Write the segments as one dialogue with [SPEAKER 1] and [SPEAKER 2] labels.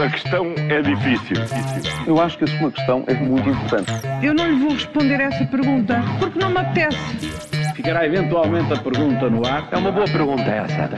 [SPEAKER 1] A questão é difícil.
[SPEAKER 2] Eu acho que a sua questão é muito importante.
[SPEAKER 3] Eu não lhe vou responder essa pergunta porque não me apetece.
[SPEAKER 4] Ficará eventualmente a pergunta no ar.
[SPEAKER 2] É uma boa pergunta essa.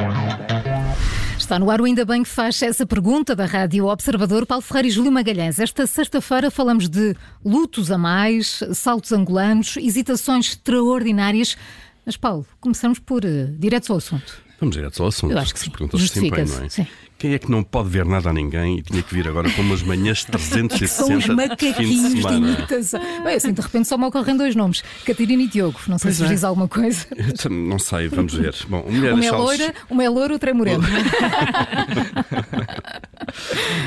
[SPEAKER 5] Está no ar o Ainda Bem que faz essa pergunta da Rádio Observador Paulo Ferreira e Júlio Magalhães. Esta sexta-feira falamos de lutos a mais, saltos angolanos, hesitações extraordinárias. Mas, Paulo, começamos por eh, diretos ao assunto.
[SPEAKER 6] Vamos direto ao assunto.
[SPEAKER 5] Eu acho que
[SPEAKER 6] As
[SPEAKER 5] sim.
[SPEAKER 6] perguntas sempre bem,
[SPEAKER 5] Justifica-se,
[SPEAKER 6] não é?
[SPEAKER 5] sim.
[SPEAKER 6] Quem é que não pode ver nada a ninguém e tinha que vir agora com umas manhãs 360
[SPEAKER 5] São os
[SPEAKER 6] fim
[SPEAKER 5] macaquinhos
[SPEAKER 6] de
[SPEAKER 5] de,
[SPEAKER 6] semana?
[SPEAKER 5] imitação. Bem, assim, de repente só me ocorrem dois nomes: Catarina e Diogo. Não sei
[SPEAKER 7] é.
[SPEAKER 5] se vos diz alguma coisa.
[SPEAKER 6] Eu também Não sei, vamos ver. Bom, mulher
[SPEAKER 5] Uma é
[SPEAKER 6] deixá-los-
[SPEAKER 5] loira, uma é loura, outra é morena.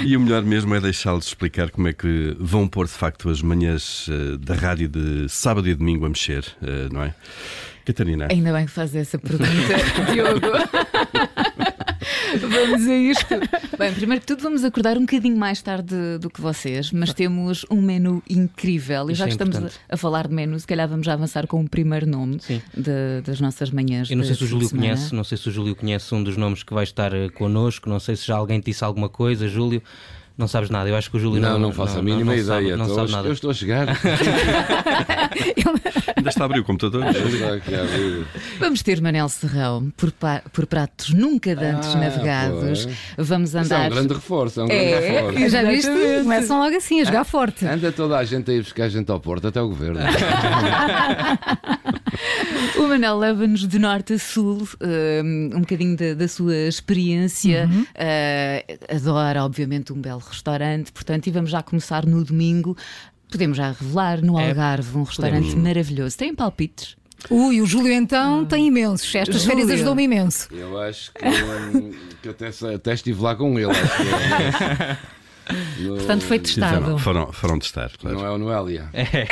[SPEAKER 6] E o melhor mesmo é deixá-los explicar como é que vão pôr de facto as manhãs eh, da rádio de sábado e domingo a mexer, eh, não é? Catarina.
[SPEAKER 5] É.
[SPEAKER 7] Ainda bem que faz essa pergunta, Diogo. vamos a isto. Bem, primeiro que tudo, vamos acordar um bocadinho mais tarde do que vocês, mas temos um menu incrível. E já
[SPEAKER 8] Isso
[SPEAKER 7] que
[SPEAKER 8] é
[SPEAKER 7] estamos
[SPEAKER 8] importante.
[SPEAKER 7] a, a falar de menu, se calhar vamos já avançar com o primeiro nome de- das nossas manhãs.
[SPEAKER 8] Eu não sei
[SPEAKER 7] de
[SPEAKER 8] se o
[SPEAKER 7] fim de
[SPEAKER 8] Júlio
[SPEAKER 7] semana.
[SPEAKER 8] conhece, não sei se o Júlio conhece um dos nomes que vai estar eh, connosco, não sei se já alguém te disse alguma coisa, Júlio. Não sabes nada, eu acho que o Júlio não
[SPEAKER 9] Não, não faço a
[SPEAKER 8] não-
[SPEAKER 9] mínima
[SPEAKER 8] não sabe-
[SPEAKER 9] ideia.
[SPEAKER 8] não
[SPEAKER 9] Então,
[SPEAKER 8] sabe
[SPEAKER 9] eu-
[SPEAKER 8] nada.
[SPEAKER 9] Eu estou a chegar.
[SPEAKER 6] Ainda está a abrir o computador?
[SPEAKER 9] Está aqui a abrir.
[SPEAKER 7] Vamos ter Manel Serrão por, pa- por pratos nunca antes
[SPEAKER 9] Ah,
[SPEAKER 7] navegados. Vamos
[SPEAKER 9] Isso é um
[SPEAKER 7] andar.
[SPEAKER 9] grande reforço. É um grande reforço.
[SPEAKER 5] Já viste?
[SPEAKER 7] Exatamente. É.
[SPEAKER 5] Começam logo assim a jogar forte.
[SPEAKER 9] Anda toda a gente a ir buscar gente ao Porto, até o governo.
[SPEAKER 7] O Manel leva-nos de norte a sul, eh, um bocadinho da, da sua experiência. Eh, adora, obviamente, um belo restaurante, portanto, e vamos já começar no domingo. Podemos já revelar no
[SPEAKER 8] É,
[SPEAKER 7] Algarve um restaurante maravilhoso. Tem palpites?
[SPEAKER 5] Ui, o Júlio então tem imensos. Estas
[SPEAKER 7] Júlio.
[SPEAKER 5] férias ajudou-me imenso.
[SPEAKER 9] Eu acho que, hum, que até, se- até estive lá com ele. acho que é. No-
[SPEAKER 7] Portanto, foi
[SPEAKER 6] Foram,
[SPEAKER 7] testado.
[SPEAKER 6] foram, foram testar, claro.
[SPEAKER 9] Não é o Noélia. É.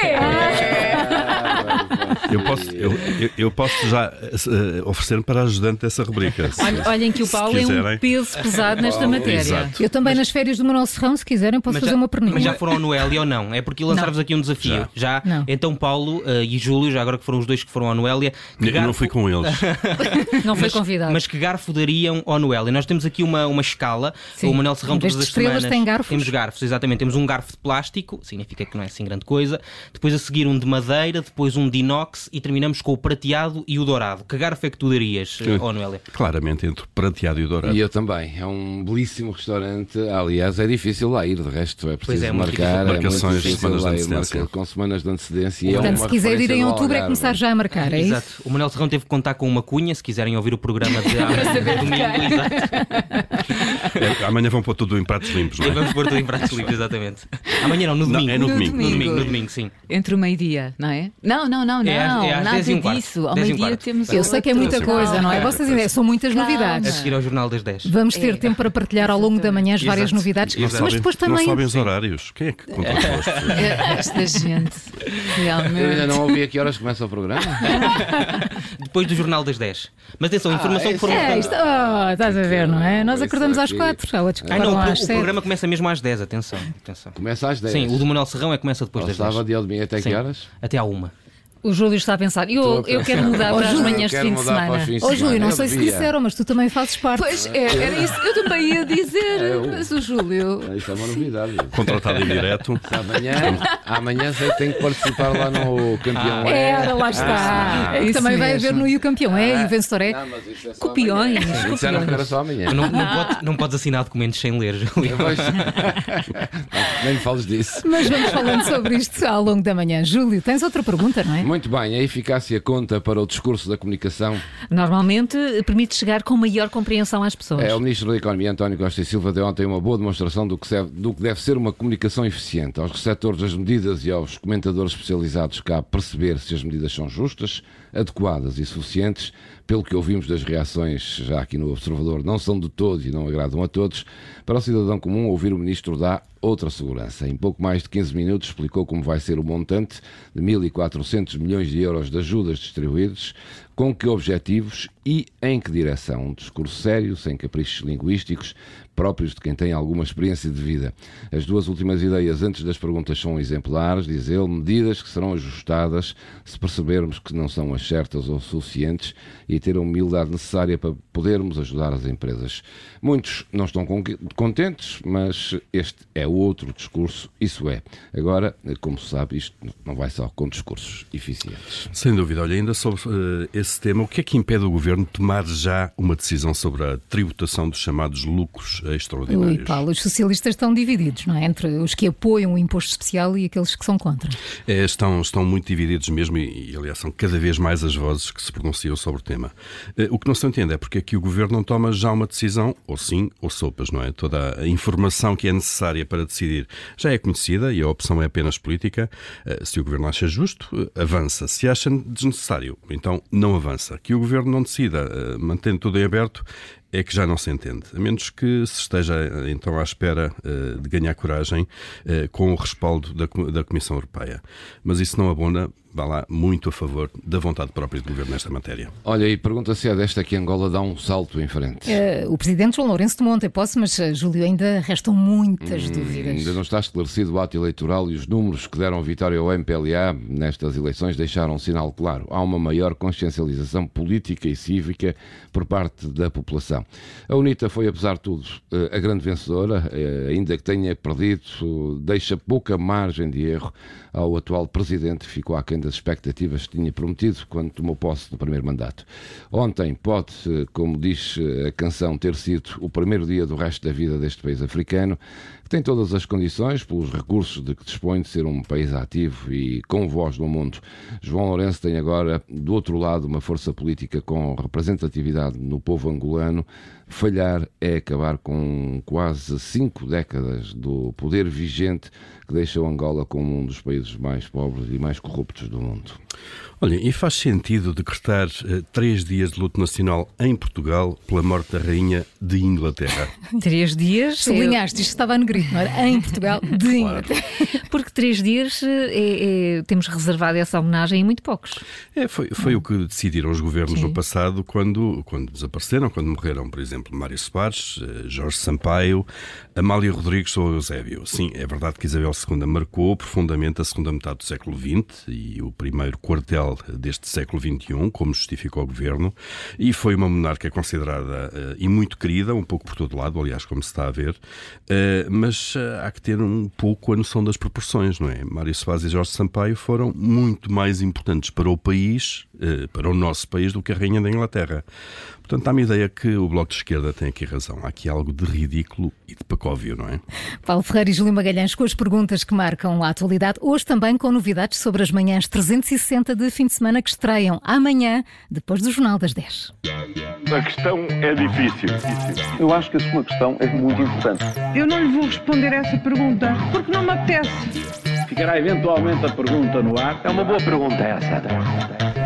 [SPEAKER 6] Eu posso, eu, eu- eu posso já eh, oferecer-me para ajudante dessa rubrica. se-
[SPEAKER 7] Olhem- Olhem que o
[SPEAKER 6] se
[SPEAKER 7] Paulo é um
[SPEAKER 6] quiserem.
[SPEAKER 7] peso pesado nesta matéria.
[SPEAKER 6] Exato.
[SPEAKER 5] Eu também nas férias do Manuel Serrão, se quiserem, posso
[SPEAKER 8] Mas
[SPEAKER 5] fazer
[SPEAKER 8] já,
[SPEAKER 5] uma perninha.
[SPEAKER 8] mas já foram ao Noélia ou não? É porque lançar-vos aqui um desafio. Já.
[SPEAKER 5] Não.
[SPEAKER 8] Então, Paulo eh, e Júlio, já agora que foram os dois que foram ao Noélia, que
[SPEAKER 6] Eu não
[SPEAKER 8] garfo-
[SPEAKER 6] fui com eles.
[SPEAKER 5] Não foi convidado.
[SPEAKER 8] Mas que garfo dariam ao Noel? E nós temos aqui uma, uma escala.
[SPEAKER 5] Sim.
[SPEAKER 8] O Manuel Serrão
[SPEAKER 5] Em vez
[SPEAKER 8] todas as
[SPEAKER 5] de estrelas,
[SPEAKER 8] semanas.
[SPEAKER 5] tem garfos?
[SPEAKER 8] Temos garfos, exatamente. Temos um garfo de plástico, significa que não é assim grande coisa. Depois a seguir um de madeira, depois um de inox e terminamos com o prateado e o dourado. Que garfo é que tu darias eh, ao Noel?
[SPEAKER 6] Claramente entre prateado e dourado.
[SPEAKER 9] E eu também. É um belíssimo restaurante. Aliás, é difícil lá ir, de resto é preciso
[SPEAKER 8] é, muito
[SPEAKER 9] marcar.
[SPEAKER 6] difícil.
[SPEAKER 9] é muito
[SPEAKER 6] Marcações,
[SPEAKER 9] difícil
[SPEAKER 6] semanas de
[SPEAKER 9] lá ir,
[SPEAKER 6] antecedência.
[SPEAKER 9] marca- Com semanas de antecedência. e é
[SPEAKER 5] Portanto,
[SPEAKER 9] uma
[SPEAKER 5] se quiser ir
[SPEAKER 9] referência
[SPEAKER 5] em
[SPEAKER 9] do
[SPEAKER 5] outubro é
[SPEAKER 9] Algarve.
[SPEAKER 5] começar já a marcar, é isso?
[SPEAKER 8] Exato. O Manuel Serrão teve que contar com uma cunha, se quiserem ouvir o programa de domingo. Exato.
[SPEAKER 6] É, Amanhã vão pôr tudo em pratos limpos, não
[SPEAKER 8] E
[SPEAKER 6] é?
[SPEAKER 8] vamos pôr tudo em pratos livres, exatamente. Amanhã não, no
[SPEAKER 6] Não,
[SPEAKER 8] domingo.
[SPEAKER 6] é no
[SPEAKER 8] no
[SPEAKER 6] domingo,
[SPEAKER 8] domingo.
[SPEAKER 6] no
[SPEAKER 8] no domingo, sim.
[SPEAKER 7] Entre o meio-dia, não é? Não, não, não, não.
[SPEAKER 8] É às- é às
[SPEAKER 7] nada
[SPEAKER 8] 10 e um quarto.
[SPEAKER 7] disso. Ao
[SPEAKER 8] 10 e um
[SPEAKER 7] meio-dia
[SPEAKER 8] quarto.
[SPEAKER 7] temos.
[SPEAKER 5] Eu sei que é muita
[SPEAKER 7] outro.
[SPEAKER 5] coisa, não é? Vocês ainda são muitas
[SPEAKER 7] Calma.
[SPEAKER 8] A
[SPEAKER 5] novidades.
[SPEAKER 8] seguir ao Jornal das 10.
[SPEAKER 5] Vamos
[SPEAKER 7] É.
[SPEAKER 5] ter tempo para partilhar ao longo da manhã as
[SPEAKER 8] Exato.
[SPEAKER 5] várias novidades,
[SPEAKER 6] Não
[SPEAKER 8] Exato.
[SPEAKER 5] mas
[SPEAKER 6] sabem-
[SPEAKER 5] depois
[SPEAKER 6] Não
[SPEAKER 5] também.
[SPEAKER 6] sabem os horários. Quem é que controla as pessoas?
[SPEAKER 7] É, Esta gente,
[SPEAKER 9] Eu ainda
[SPEAKER 7] realmente.
[SPEAKER 9] não ouvi a que horas começa o programa.
[SPEAKER 8] Depois do Jornal das 10. Mas atenção, informação
[SPEAKER 9] é
[SPEAKER 8] que foram.
[SPEAKER 9] isso.
[SPEAKER 5] É, isto, oh, estás a ver, não é? Nós
[SPEAKER 9] Pois
[SPEAKER 5] acordamos
[SPEAKER 9] é,
[SPEAKER 5] às
[SPEAKER 9] que-
[SPEAKER 5] quatro, há outros que
[SPEAKER 8] Ah, não,
[SPEAKER 5] acordam
[SPEAKER 8] o, pro-
[SPEAKER 5] às
[SPEAKER 8] o
[SPEAKER 5] sete.
[SPEAKER 8] programa começa mesmo às 10, atenção. atenção.
[SPEAKER 9] Começa às 10.
[SPEAKER 8] Sim, o do Manuel Serrão é que começa depois
[SPEAKER 9] Ao
[SPEAKER 8] das 10.
[SPEAKER 9] sábado e ao domingo, até
[SPEAKER 8] Sim.
[SPEAKER 9] que horas?
[SPEAKER 8] Até à 1.
[SPEAKER 10] O Júlio está a pensar.
[SPEAKER 9] Estou a
[SPEAKER 10] Eu, eu
[SPEAKER 9] pensar.
[SPEAKER 10] quero mudar
[SPEAKER 9] Oh,
[SPEAKER 10] para as
[SPEAKER 9] Júlio,
[SPEAKER 10] manhãs de
[SPEAKER 9] quero
[SPEAKER 10] fim de
[SPEAKER 9] mudar para os
[SPEAKER 10] semana.
[SPEAKER 9] fins de
[SPEAKER 5] Ô Oh, Júlio,
[SPEAKER 9] semana.
[SPEAKER 8] é
[SPEAKER 5] não
[SPEAKER 9] Eu
[SPEAKER 5] sei se
[SPEAKER 9] devia.
[SPEAKER 5] disseram, mas tu também fazes parte.
[SPEAKER 7] Pois é, era isso. Eu também ia
[SPEAKER 8] É
[SPEAKER 7] dizer,
[SPEAKER 9] Eu.
[SPEAKER 7] mas o Júlio.
[SPEAKER 9] Ah, Isto é uma novidade.
[SPEAKER 6] Contratado em direto.
[SPEAKER 9] Amanhã, amanhã sei que tenho que participar lá no
[SPEAKER 5] Ah,
[SPEAKER 9] campeão. é.
[SPEAKER 8] é?
[SPEAKER 5] Era, lá está.
[SPEAKER 7] É isso
[SPEAKER 5] também vai
[SPEAKER 7] mesmo.
[SPEAKER 5] haver no E o Campeão, é, e o vencedor é.
[SPEAKER 9] Não, mas isto é só
[SPEAKER 10] Copiões.
[SPEAKER 9] amanhã. Sim, Disseram que era só amanhã.
[SPEAKER 8] Não, não, pode- não podes assinar documentos sem ler, Júlio.
[SPEAKER 9] Eu vejo- Nem me fales disso.
[SPEAKER 5] Mas vamos falando sobre isto ao longo da manhã. Júlio, tens outra pergunta, não é?
[SPEAKER 9] Muito bem, a eficácia conta para o discurso da comunicação.
[SPEAKER 10] Normalmente eh, permite chegar com maior compreensão às pessoas.
[SPEAKER 9] É, o Ministro da Economia, António Costa e Silva, deu ontem uma boa demonstração do que, se- do que deve ser uma comunicação eficiente. Aos receptores das medidas e aos comentadores especializados cabe perceber se as medidas são justas, adequadas e suficientes. Pelo que ouvimos das reações já aqui no Observador, não são de todos e não agradam a todos. Para o cidadão comum, ouvir o Ministro dá outra segurança. Em pouco mais de 15 minutos explicou como vai ser o montante de 1.400 milhões de euros de ajudas distribuídos, Com que objetivos e em que direção? Um discurso sério, sem caprichos linguísticos, próprios de quem tem alguma experiência de vida. As duas últimas ideias antes das perguntas são exemplares, diz ele, medidas que serão ajustadas se percebermos que não são as certas ou suficientes e ter a humildade necessária para podermos ajudar as empresas. Muitos não estão con- contentes, mas este é outro discurso, isso é. Agora, como se sabe, isto não vai só com discursos eficientes.
[SPEAKER 6] Sem dúvida. Olha, ainda sobre eh, esse tema, o que é que impede o governo de tomar já uma decisão sobre a tributação dos chamados lucros extraordinários?
[SPEAKER 5] Ui, Paulo, os socialistas estão divididos, não é? Entre os que apoiam o imposto especial e aqueles que são contra.
[SPEAKER 6] É, estão, estão muito divididos mesmo e, e, aliás, são cada vez mais as vozes que se pronunciam sobre o tema. Eh, O que não se entende é porque é que o Governo não toma já uma decisão, ou sim, ou sopas, não é? Toda a informação que é necessária para decidir já é conhecida e a opção é apenas política. Eh, Se o Governo acha justo, eh, avança. Se acha desnecessário, então não avança. Que o Governo não decida, eh, mantendo tudo em aberto, é que já não se entende. A menos que se esteja eh, então à espera eh, de ganhar coragem eh, com o respaldo da, Com- da Comissão Europeia. Mas isso não abona, vá lá, muito a favor da vontade própria do governo nesta matéria.
[SPEAKER 9] Olha, e pergunta-se é desta que Angola dá um salto em frente.
[SPEAKER 5] Eh, o presidente João Lourenço tomou ontem posse, mas, eh, Júlio, ainda restam muitas dúvidas.
[SPEAKER 9] Hum, Ainda não está esclarecido o ato eleitoral e os números que deram vitória ao MPLA nestas eleições deixaram um sinal claro. Há uma maior consciencialização política e cívica por parte da população. A UNITA foi, apesar de tudo, eh, a grande vencedora, eh, ainda que tenha perdido, deixa pouca margem de erro ao atual presidente, que ficou aquém das expectativas que tinha prometido quando tomou posse no primeiro mandato. Ontem pode, eh, como diz eh, a canção, ter sido o primeiro dia do resto da vida deste país africano, que tem todas as condições, pelos recursos de que dispõe, de ser um país ativo e com voz no mundo. João Lourenço tem agora, do outro lado, uma força política com representatividade no povo angolano. Falhar é acabar com quase cinco décadas do poder vigente que deixa o Angola como um dos países mais pobres e mais corruptos do mundo.
[SPEAKER 6] Olha, e faz sentido decretar eh, três dias de luto nacional em Portugal pela morte da rainha de Inglaterra?
[SPEAKER 10] Três dias.
[SPEAKER 5] Sublinhaste, isto estava no grito, não era? Em Portugal, de Inglaterra.
[SPEAKER 10] eu- Porque três dias eh, é- é- temos reservado essa homenagem em muito poucos.
[SPEAKER 6] É, foi, foi o que decidiram os governos no passado quando, quando desapareceram, quando morreram, por exemplo, Mário Soares, eh, Jorge Sampaio, Amália Rodrigues ou Eusébio. Sim, é verdade que Isabel II marcou profundamente a segunda metade do século XX e o primeiro quartel deste século XXI, como justificou o governo, e foi uma monarca considerada eh, e muito querida, um pouco por todo lado, aliás, como se está a ver, eh, mas eh, há que ter um pouco a noção das proporções, não é? Mário Soares e Jorge Sampaio foram muito mais importantes para o país, eh, para o nosso país, do que a Rainha da Inglaterra. Portanto, há-me a ideia que o Bloco de Esquerda tem aqui razão. Há aqui algo de ridículo e de pacóvio, não é?
[SPEAKER 5] Paulo Ferreira e Júlio Magalhães com as perguntas que marcam a atualidade, hoje também com novidades sobre as manhãs 360 de fim de semana que estreiam amanhã, depois do Jornal das 10.
[SPEAKER 2] A questão é difícil. Eu acho que a sua questão é muito importante.
[SPEAKER 3] Eu não lhe vou responder essa pergunta porque não me apetece.
[SPEAKER 4] Ficará eventualmente a pergunta no ar.
[SPEAKER 2] É uma boa pergunta essa.